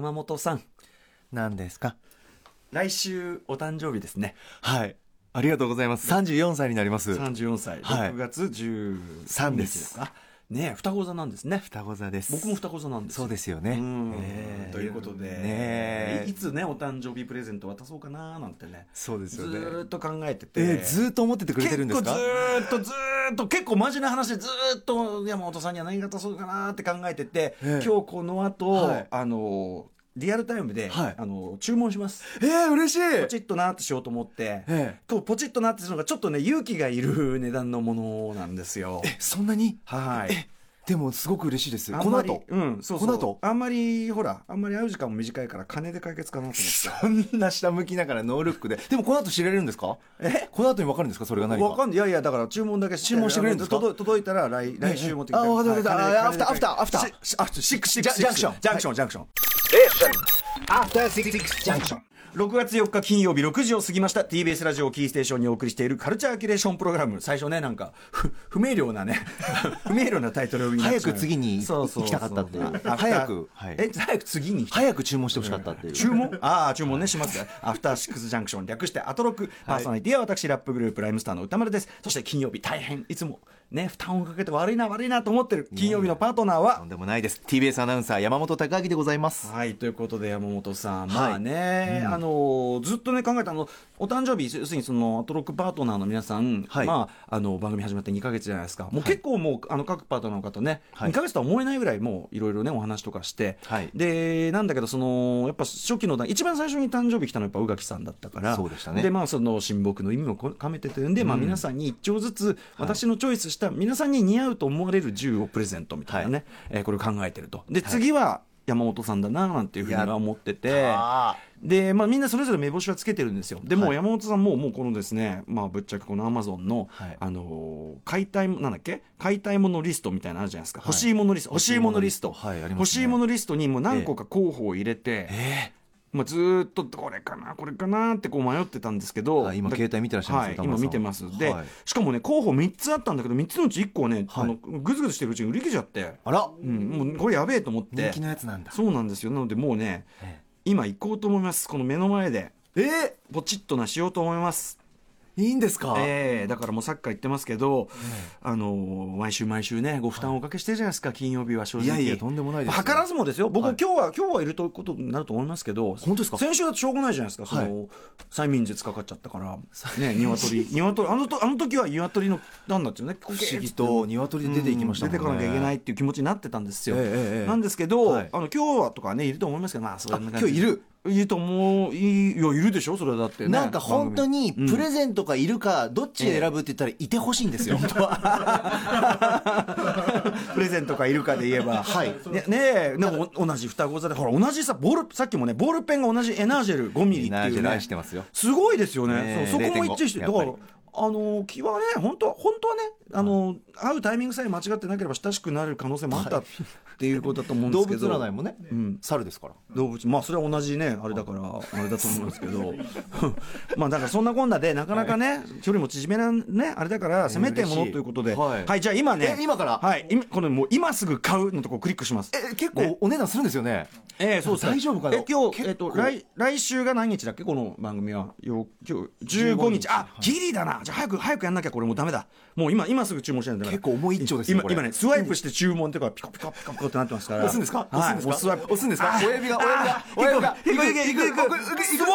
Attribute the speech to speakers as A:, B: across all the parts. A: 山本さん
B: 何ですか
A: 来週お誕生日ですね
B: はいありがとうございます34歳になります
A: 34歳
B: はい
A: 6月13日ですか、ねえ双子座なんですね
B: 双子座です
A: 僕も双子座なんですよ
B: そうですよね
A: うん
B: ええ
A: ということで、
B: ねえ
A: いいつねお誕生日プレゼント渡そうかななんてね
B: そうです
A: ず
B: よね
A: ーっと考えてて、
B: えー、ずーっと思っててくれてるんですか
A: 結構ずーっとずーっと結構マジな話でずーっと山本さんには何が出そうかなーって考えてて、
B: ええ
A: 今日この後、
B: はい
A: あのーリアルタイムで、
B: はい
A: あのー注文します
B: えー、嬉しい
A: ポチッとなーってしようと思って、
B: え
A: こうポチッとなってするのがちょっとね勇気がいる値段のものなんですよ
B: え。そんなに
A: はい。
B: でもすごく嬉しいです
A: あ
B: こ
A: ん
B: の
A: まり
B: 後
A: うん、そうそう
B: この後
A: あんまりほらあんまり会う時間も短いから金で解決かなと思って。
B: そんな下向きながらノールックででもこの後知られるんですか
A: え
B: この後に分かるんですかそれが何か
A: わかんない。いやいやだから注文だけ
B: 注文してくれるんですか
A: あの届届いたら来来週持ってきて。
B: あわかったわかった
A: はい金で
B: あアフターアフターアフター
A: ししあちょシックシッ
B: ジ
A: ク
B: ャジャンクション
A: ジャンクションジャンクション。
B: アフターシックスジャンクション
A: 6月4日金曜日6時を過ぎました TBS ラジオをキーステーションにお送りしているカルチャーキュレーションプログラム最初ねなんかふ不明瞭なね 不明瞭なタイトルを見
B: 早く次に行きたかったっていう早くはい
A: え早く次に行きたい
B: 早く注文してほしかったっていう
A: 注文ああ注文ねしますアフターシックスジャンクション略してアトロクパーソナリティは私ラップグループライムスターの歌丸ですそして金曜日大変いつもね負担をかけて悪いな悪いなと思ってる金曜日のパートナーは
B: とんでもないです TBS アナウンサー山本貴明でございます
A: はいということで山本さん、
B: はい
A: まあね、あのーずっとね考えたあのお誕生日要するにそのアトロックパートナーの皆さん、
B: はい
A: まああの番組始まって2か月じゃないですかもう結構もう、あの各パートナーの方ね、
B: はい
A: 2か月とは思えないぐらいもういろいろねお話とかして、
B: はい
A: でなんだけどそのやっぱ初期の段一番最初に誕生日来たのはやっぱ宇垣さんだったから
B: そうでしたね
A: まあその親睦の意味も込めてというんで、まあ皆さんに一丁ずつ私のチョイスした皆さんに似合うと思われる銃をプレゼントみたいなね、えーこれを考えてると。で次は山本さんだななんていうふうには思ってて
B: あ
A: で、まあ、みんなそれぞれ目星はつけてるんですよでも
B: は
A: う
B: い
A: 山本さんももうこのですね、まあ、ぶっちゃけこのアマゾンの、
B: はい
A: あのー買いたいもなんだっけ買いたいものリストみたいなのあるじゃないですか、
B: はい
A: 欲しいものリスト欲しいものリスト、
B: はいありますね
A: 欲しいものリストにもう何個か候補を入れて、
B: え
A: まあ、ずーっとこれかなこれかなってこう迷ってたんですけど
B: あ今携帯見てらっしゃいます
A: はい
B: 田村
A: 今
B: さん
A: 見てますで、
B: はい
A: しかもね候補3つあったんだけど3つのうち1個はね、
B: は
A: あ
B: い
A: のグズグズしてるうちに売り切れちゃって、
B: あら
A: うん、もうこれやべえと思って
B: 人気のやつなんだ
A: そうなんですよなのでもうね
B: え
A: 今行こうと思いますこの目の前で
B: え
A: ポチッとなしようと思います
B: いいんですか
A: ええだからもうサッカー言ってますけど、あのー毎週毎週ねご負担をおかけしてるじゃないですか、金曜日は正直
B: いやいやとんでもないですよ
A: 図らずもですよ僕、
B: はい
A: 今日は今日はいるということになると思いますけど
B: 本当ですか
A: 先週だとしょうがないじゃないですかその、
B: はい
A: 催眠術かかっちゃったからね鶏 鶏あのとあの時は鶏のなんだっけね
B: 不思議と鶏で出ていきましたもんね
A: 出てかなきゃいけないっていう気持ちになってたんですよ、
B: ええええ
A: なんですけど、
B: はい
A: あの今日はとかねいると思いますけどまあそれ
B: あ今日いる
A: いると思ういいやいるでしょそれはだってね
B: なんか本当に
A: 番組
B: プレゼントかいるかどっち選ぶって言ったらいてほしいんですよ、
A: プレゼントかいるかで言えば
B: はい
A: ねねえでもお同じ双子座でほら同じさボールさっきもねボールペンが同じエナージェル5ミリって
B: エナー
A: い
B: ジ
A: う、
B: ェル
A: ね
B: 愛してますよ、
A: すごいですよね
B: ねえ
A: そうそこも
B: 0.5
A: 一致してだか
B: やっ
A: ら
B: ぱり
A: あの気はね本当は本当はねあの、会うタイミングさえ間違ってなければ親しくなる可能性もあったっていうことだと思うんで
B: 動
A: すけ
B: 物
A: ど
B: 占いもね、
A: うん
B: 猿ですから
A: 動物まあそれは同じねあれだからあれだと思うんですけ どまあだからそんなこんなでなかなかね距離も縮めらんねあれだからせめてもの
B: 嬉しい
A: ということで、は、
B: はいい
A: じゃあ今ね
B: え今から
A: はい今このもう今すぐ買うのとこクリックします
B: え結
A: ね
B: 構お値段するんですよね
A: ええそうですね
B: 大丈夫かな
A: え今日、
B: 結構
A: えっと、来来週が何日だっけこの番組はよ今日15
B: 15
A: 日
B: 日
A: あ、ギリだなじゃあ早く早くやんなきゃこれもうダメだもう今今すぐ注文しないんだ
B: 結構重い一丁ですよ
A: 今
B: これ
A: 今ねスワイプして注文っていうかピコピコピコピコってなってますから
B: 押すんですか
A: は
B: 押
A: い、
B: すんです
A: スワ
B: か
A: イプ
B: 押すんですか親指が親指
A: い
B: が親
A: くい
B: 指
A: く
B: が
A: いくいくいく
B: いく
A: スワ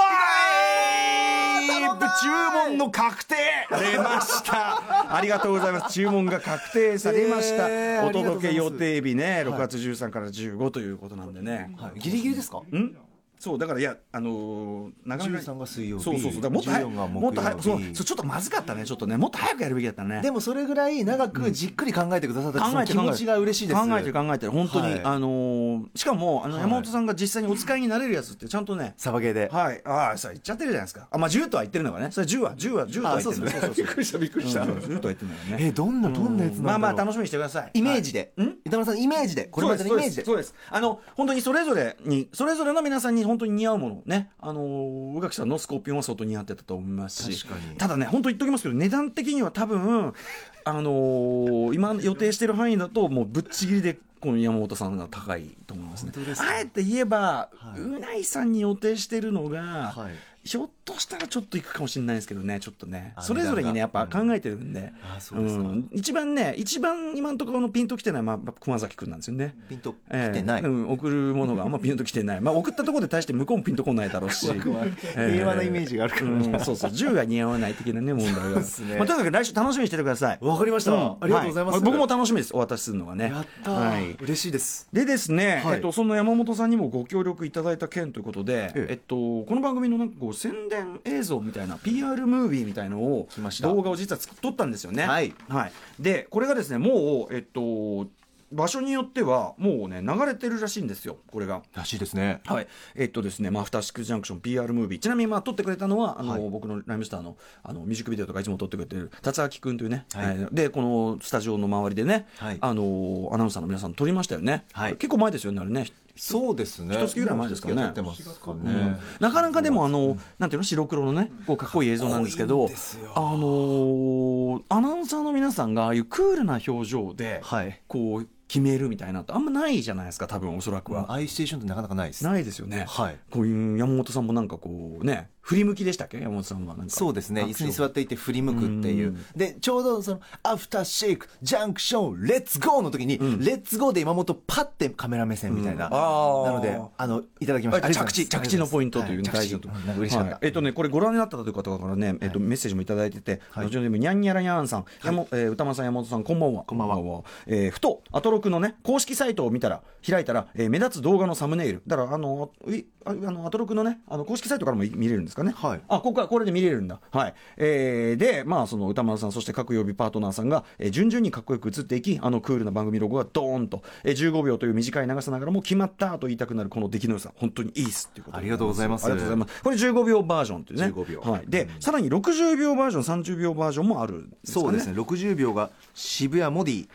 A: イプ注文の確定出ま したありがとうございます注文が確定されました、
B: えー
A: お届け予定日ね
B: あり
A: 6
B: が
A: 月13から15ということなんでね、
B: はいギリギリですか
A: んそうだからいやあのー、なかなか
B: 13が水曜日
A: そうそうそうだからもっと早く
B: 14が木曜日
A: もっと早くそうそうちょっとまずかったねちょっとねもっと早くやるべきだったね
B: でもそれぐらい長くじっくり考えてくださったそ
A: 考
B: の
A: えて
B: 気持ちが嬉しいです
A: 考えてる考えてる本当に、
B: はい
A: あのーしかもあの
B: はい
A: 山本さんが実際にお使いになれるやつってちゃんとね
B: サバゲーで
A: はい、ああ、それ言っちゃってるじゃないですか。あ、まあ、10とは言ってるのがね。それ10は、10は、10とは言ってるの
B: あそうそうそうびっくりしたびっくりした
A: うん10とは言ってるのがね。
B: えどんなどんなやつなんだろう
A: まあまあ、楽しみにしてください。
B: イメージで
A: はいん
B: 板村さんイメージでこれまでのイメージで
A: そうですそうですそうですあの本当にそれぞれにそれぞれの皆さんに本当に似合うものねあのー宇垣さんのスコーピオンは相当似合ってたと思いますし
B: 確かに
A: ただね本当言っときますけど値段的には多分あのー今予定してる範囲だともうぶっちぎりでこの山本さんが高いと思いますね
B: 本当ですか
A: あえて言えば、
B: はいう
A: ないさんに予定してるのが、
B: はい
A: ひょっとしたらちょっといくかもしれないですけどねちょっとね
B: あ
A: それぞれにねや
B: 値
A: っぱ
B: 段が
A: 考えてるんで、
B: あそうですか
A: ん一番ね一番今のところのピンときてないのは、まあ、熊崎くんなんですよね。
B: ピンと
A: え
B: 来
A: え
B: てない、
A: うん、送るものがあんまピンときてない、まあ、送ったところで対して向こうもピンとこないだろう し、
B: 平和なイメージがあるからな
A: うんそうそう銃が似合わない的なね問題が、
B: っすね
A: まあ、とにかく来週楽しみにしててください
B: わかりました
A: ん
B: ありがとうございます
A: は僕も楽しみですお渡しするのがね
B: やったー、
A: はい
B: 嬉しいです
A: でですね、
B: はい
A: えっと、その山本さんにもご協力いただいた件ということで、
B: ええ
A: えっと、この番組のなんかこう宣伝映像みたいな PR ムービーみたいのを
B: 来ました
A: 動画を実は作っとったんですよね。
B: はい
A: でこれがですねもう、えっと、場所によってはもうね流れてるらしいんですよこれが。
B: らしいですね
A: はい、えっとですね、まあ、アフターシックスジャンクション PR ムービー、ちなみに、まあ、撮ってくれたのは、あの、
B: はい
A: 僕のライムスターの。あの、ミュージックビデオとか、いつも撮ってくれてる、達明君というね、
B: はい
A: えーで、このスタジオの周りでね。
B: はい
A: あの、アナウンサーの皆さん撮りましたよね。
B: はい
A: 結構前ですよね、あれね。
B: そうですね
A: 一月ぐらい前ですかね
B: やってますかね、
A: うんなかなかでもあのなんていうの白黒のねこうかっこいい映像なんですけど
B: かっこいいんですよ
A: あのーアナウンサーの皆さんがああいうクールな表情で
B: はい
A: こう決めるみたいなのってあんまないじゃないですか多分おそらくは
B: アイステーションってなかなかないです
A: ないですよね
B: はい
A: こういう山本さんもなんかこうね振り向きでしたっけ山本さんはなんか
B: そうですね
A: アク
B: 椅
A: シ
B: 子
A: ョン
B: に座っていて振り向くっていううでちょうどそのアフターシェイクジャンクションレッツゴーの時に、
A: ん
B: レッツゴーで今本パッてカメラ目線みたいな、
A: うんあー
B: なのであのいただきましたありがとう
A: 着
B: ござい
A: 地
B: ま
A: 着
B: す
A: 地のポイントというね
B: は
A: 大
B: い
A: 事
B: 着
A: なと
B: 地う
A: こ
B: んなんか嬉しかった、
A: はいえっとねこれご覧になったという方からねえっとメッセージもいただいてて
B: い
A: ラジオネームにゃんにゃらにゃんさんやもえー歌間さん山本さんこんばんは
B: こんばんは
A: えーふとアトロクのね公式サイトを見たら開いたらえー目立つ動画のサムネイルだからあのいああのアトロクのねあの公式サイトからもい見れるんですかね
B: はい
A: あここはこれで見れるんだはいえーでまあその歌丸さんそして各曜日パートナーさんがえー順々にかっこよく映っていきあのクールな番組ロゴがドーンとえー15秒という短い長さながらも決まったと言いたくなるこの出来の良さ本当にいいっすっていうことで
B: ありがとうございます
A: ありがとうございます。これ15秒バージョンっていうね。
B: 15秒
A: はい。で、さらに60秒バージョン、30秒バージョンもあるんですかね。
B: そうですね60秒が渋谷モディ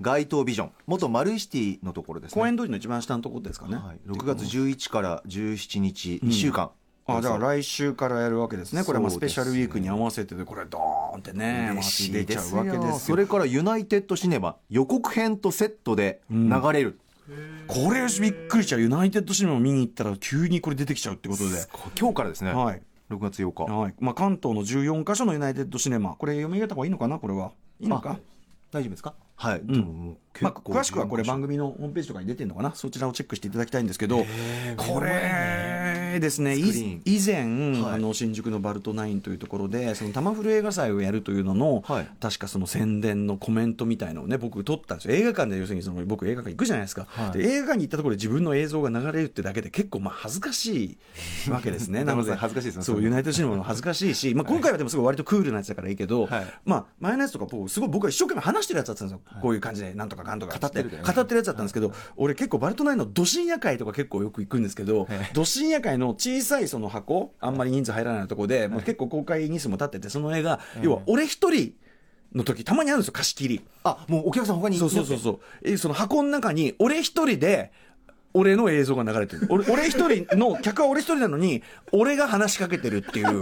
B: 街頭ビジョン元丸イシティのところですね
A: 公演通りの一番下のところですかね。
B: はい、6月11から17日2週間、
A: あじゃあ来週からやるわけですね、これはまあス
B: そう
A: ペ
B: です
A: シ
B: ね
A: ャルウィークに合わせてで、これ、ドーンってね、
B: 嬉しい
A: 街に出ちゃうわけですよ
B: それからユナイテッドシネマ予告編とセットで流れる、
A: これ、びっくりしちゃう、ユナイテッドシネマ見に行ったら、急にこれ出てきちゃうってことで、
B: 今日からですね、
A: はい
B: 6月8日、
A: はいまあ、関東の14か所のユナイテッドシネマ、これ、読み上げた方がいいのかな、これは。いいのか
B: あ大丈夫ですかはい、でももう
A: ま
B: 結
A: あ、
B: 構
A: 詳しくはこれ番組のホームページとかに出てるのかなそちらをチェックしていただきたいんですけどこれですね
B: スクリーン
A: い以前、
B: はい
A: あの新宿のバルトナインというところでその玉古映画祭をやるというのの、
B: はい
A: 確かその宣伝のコメントみたいのをね僕撮ったんですよ映画館で要するにその僕映画館行くじゃないですか、
B: はい
A: で映画館に行ったところで自分の映像が流れるってだけで結構まあ恥ずかしいわけです ねなので
B: 恥ずかしいですね
A: そうユナイテッドシネマも恥ずかしいし、まあ、今回はでもすごい割とクールなやつだからいいけど、
B: はい
A: まあ、前のやつとかこうすごい僕が一生懸命話してるやつだったんですよ、こういう感じでなんとかかんとか語って
B: ってるからね
A: 語ってるやつだったんですけど、俺結構バルトナインのド深夜会とか結構よく行くんですけど、ド深夜会の小さいその箱あんまり人数入らないとこで、もう結構公開日数も経っててその映画、要は俺一人の時たまにあるんですよ貸し切り。
B: あもうお客さん他に
A: そうそうそうそうえその箱の中に俺一人で俺の映像が流れてる俺俺一人の客は俺一人なのに俺が話しかけてるっていう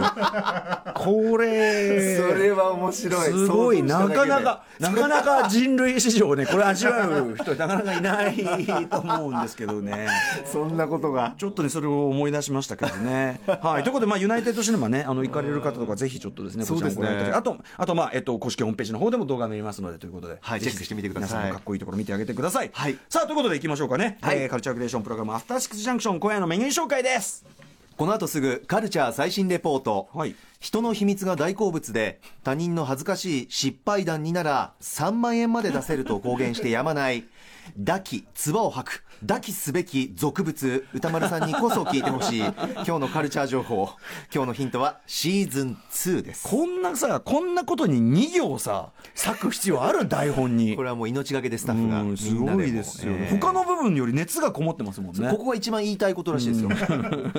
A: これ
B: それは面白い
A: すごい
B: 想像した
A: な
B: だけ
A: か
B: で
A: なかなかなか人類史上ねこれ味わう人なかなかいないと思うんですけどね
B: そんなことが
A: ちょっとねそれを思い出しましたけど ね。はい、ということで、まあ、ユナイテッドシネマねあの行かれる方とかぜひちょっとですねこちらもご覧いただきあとあと、まあえっと、公式ホームページの方でも動画見れますのでということで、
B: はい
A: ぜひ
B: チェックしてみてください
A: 皆さんのかっこいいところ見てあげてください。
B: はい
A: さあということでいきましょうかね、
B: はい
A: えーカルチャークリエーションプログラム「アフターシックスジャンクション」今夜のメニュー紹介です。
B: この後すぐカルチャー最新レポート、
A: はい
B: 人の秘密が大好物で他人の恥ずかしい失敗談になら3万円まで出せると公言してやまない抱き唾を吐く抱きすべき俗物歌丸さんにこそ聞いてほ しい今日のカルチャー情報今日のヒントはシーズン2です
A: こんなさこんなことに2行さ割く必要ある台本に
B: これはもう命がけでスタッフが
A: うんすごいですよ、
B: みんなでもえー
A: 他の部分より熱がこもってますもんね
B: ここが一番言いたいことらしいですよ。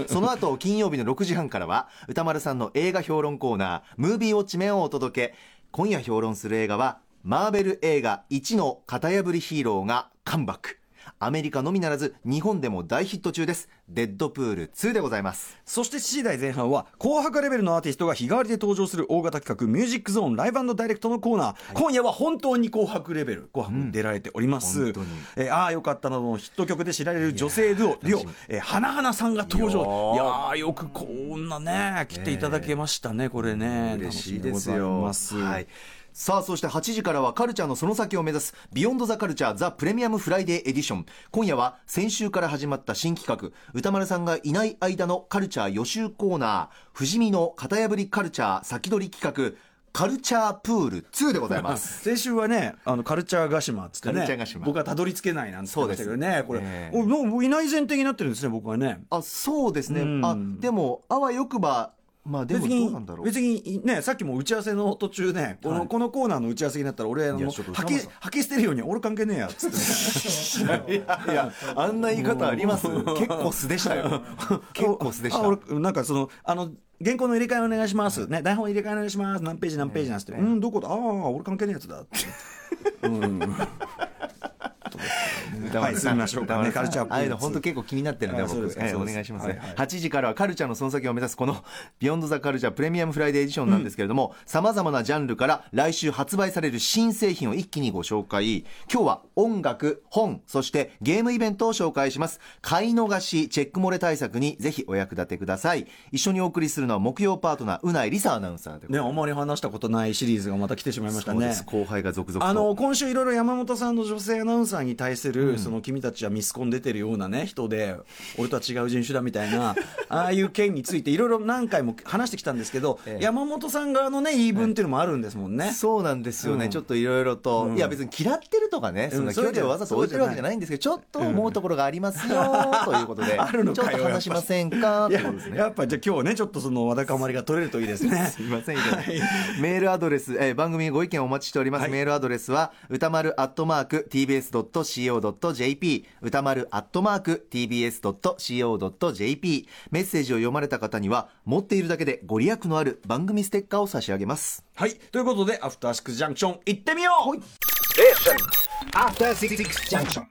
B: その後、金曜日の6時半からは、歌丸さんの映画評論コーナー、ムービーウォッチメンをお届け。今夜評論する映画は、マーベル映画1の型破りヒーローがカムバック。アメリカのみならず日本でも大ヒット中ですデッドプール2でございます
A: そして7時台前半は紅白レベルのアーティストが日替わりで登場する大型企画「ミュージックゾーンライブダイレクト」のコーナー、今夜は本当に紅白レベル紅白に出られております、
B: うん本当に
A: えーああよかったなどのヒット曲で知られる女性デュオリオ、えー、花々さんが登
B: いや
A: 場
B: ー
A: いやーよくこんなね来ていただけましたねこれね
B: 嬉しいですよ
A: 楽しみでございます
B: はいさあそして8時からはカルチャーのその先を目指す「ビヨンド・ザ・カルチャー・ザ・プレミアム・フライデー・エディション」今夜は先週から始まった新企画歌丸さんがいない間のカルチャー予習コーナー「不死身の型破りカルチャー先取り企画カルチャープール2」でございます
A: 先週はねあのカルチャーガシマっつって
B: カルチャー
A: ね
B: ガシマ
A: 僕はたどり着けないなんて言ってましたけど
B: そう
A: ね
B: です
A: これ、
B: ええ
A: おもういない前提になってるんですね僕はね
B: あそうですね、
A: うん
B: あでもあわよくばまあでも
A: 別
B: ど
A: に
B: うなんだろう
A: 別にねさっきも打ち合わせの途中ねこの,、このコーナーの打ち合わせになったら俺あの
B: いやちょっと
A: 吐き
B: 歌丸さん
A: 吐き捨てるように俺関係ねえやっつって、
B: いやいやあんな言い方あります結構素でしたよ結構素 でし
A: あ
B: た
A: 俺なんかそのあの原稿の入れ替えお願いします、ね、台本入れ替えお願いします何ページ何ページなんつって、うんどこだああ俺関係ねえやつだって。うん、はい、進みましょうかね、カルチャープ
B: ああいうの
A: ー
B: 本
A: ル
B: 当結構気になってるんで
A: あそう
B: 僕
A: ですか
B: ええ
A: そ
B: お
A: うです
B: 願いします
A: はい
B: ね
A: はい
B: 8時からはカルチャーのその先を目指すこの「ビヨンド・ザ・カルチャープレミアム・フライデー・エディション」なんですけれどもさまざまなジャンルから来週発売される新製品を一気にご紹介今日は音楽本そしてゲームイベントを紹介します買い逃しチェック漏れ対策にぜひお役立てください一緒にお送りするのは木曜パートナーうないりさアナウンサーでござい
A: ね、あまり話したことないシリーズがまた来てしまいま
B: ま
A: し
B: す
A: たね。
B: そうです後輩が続々と
A: あの今週いろいろ山本さんの女性アナウンサーに対する、その君たちはミスコン出てるようなね人 で俺とは違う人種だみたいなああいう件についていろいろ何回も話してきたんですけど、
B: ええ
A: 山本さん側のね言い分っていうのもあるんですもんね。
B: そうなんですよね、
A: うん
B: ちょっといろいろと、
A: ん
B: いや別に嫌ってるとかね、
A: うん
B: そんな距
A: それじゃ
B: 離をわざと置いてるわけじゃないんですけどちょっと思うところがあります よということで、
A: あるの
B: ちょっ
A: か
B: と
A: よ
B: 話しませんか
A: い
B: という
A: や
B: ことですね
A: やっぱじゃあ今日ねちょっとそのわだかまりが取れるといいですね。
B: すいません、メールアドレス、えー番組にご意見お待ちしております、
A: はい
B: メールアドレスは歌丸アットマーク tbs.co.jp 歌丸アットマーク tbs.co.jp メッセージを読まれた方には持っているだけでご利益のある番組ステッカーを差し上げます
A: はいということでアフターシックスジャンクション行ってみよう、
C: After Six Junction.